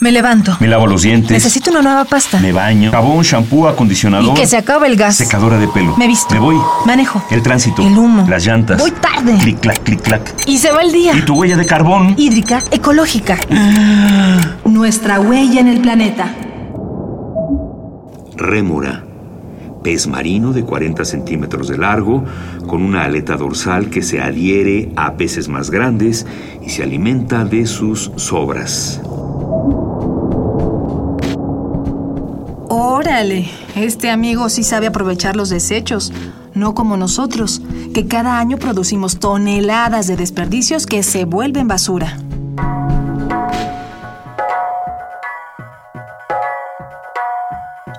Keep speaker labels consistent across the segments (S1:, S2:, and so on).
S1: Me levanto.
S2: Me lavo los dientes.
S1: Necesito una nueva pasta.
S2: Me baño. Jabón, shampoo, acondicionador.
S1: Y que se acabe el gas.
S2: Secadora de pelo.
S1: Me visto.
S2: Me voy.
S1: Manejo.
S2: El tránsito.
S1: El humo.
S2: Las llantas.
S1: Voy tarde.
S2: Clic, clac, clic, clac.
S1: Y se va el día.
S2: Y tu huella de carbón.
S1: Hídrica, ecológica.
S2: Ah.
S3: Nuestra huella en el planeta.
S4: Rémora. Pez marino de 40 centímetros de largo, con una aleta dorsal que se adhiere a peces más grandes y se alimenta de sus sobras.
S3: Órale, este amigo sí sabe aprovechar los desechos, no como nosotros, que cada año producimos toneladas de desperdicios que se vuelven basura.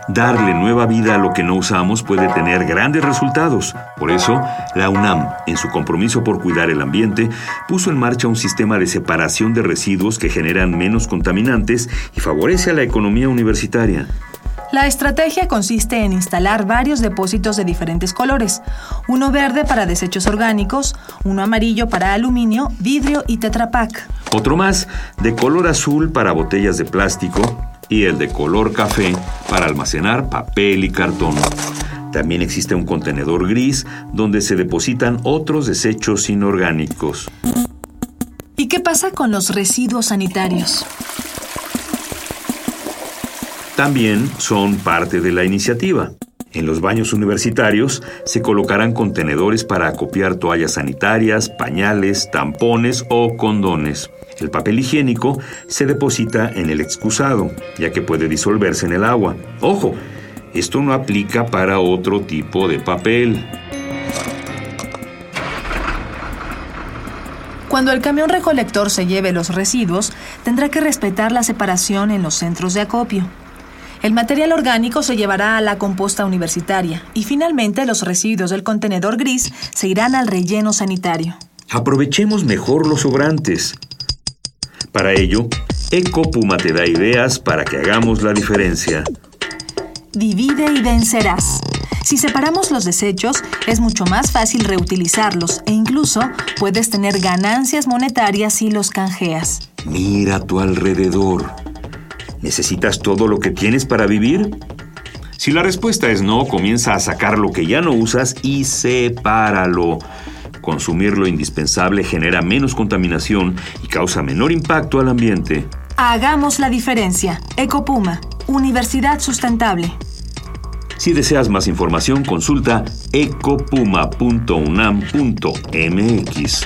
S4: Darle nueva vida a lo que no usamos puede tener grandes resultados. Por eso, la UNAM, en su compromiso por cuidar el ambiente, puso en marcha un sistema de separación de residuos que generan menos contaminantes y favorece a la economía universitaria.
S3: La estrategia consiste en instalar varios depósitos de diferentes colores, uno verde para desechos orgánicos, uno amarillo para aluminio, vidrio y tetrapac.
S4: Otro más, de color azul para botellas de plástico y el de color café para almacenar papel y cartón. También existe un contenedor gris donde se depositan otros desechos inorgánicos.
S3: ¿Y qué pasa con los residuos sanitarios?
S4: También son parte de la iniciativa. En los baños universitarios se colocarán contenedores para acopiar toallas sanitarias, pañales, tampones o condones. El papel higiénico se deposita en el excusado, ya que puede disolverse en el agua. Ojo, esto no aplica para otro tipo de papel.
S3: Cuando el camión recolector se lleve los residuos, tendrá que respetar la separación en los centros de acopio. El material orgánico se llevará a la composta universitaria y finalmente los residuos del contenedor gris se irán al relleno sanitario.
S4: Aprovechemos mejor los sobrantes. Para ello, Ecopuma te da ideas para que hagamos la diferencia.
S3: Divide y vencerás. Si separamos los desechos, es mucho más fácil reutilizarlos e incluso puedes tener ganancias monetarias si los canjeas.
S4: Mira a tu alrededor. ¿Necesitas todo lo que tienes para vivir? Si la respuesta es no, comienza a sacar lo que ya no usas y sepáralo. Consumir lo indispensable genera menos contaminación y causa menor impacto al ambiente.
S3: Hagamos la diferencia. Ecopuma, Universidad Sustentable.
S4: Si deseas más información, consulta ecopuma.unam.mx.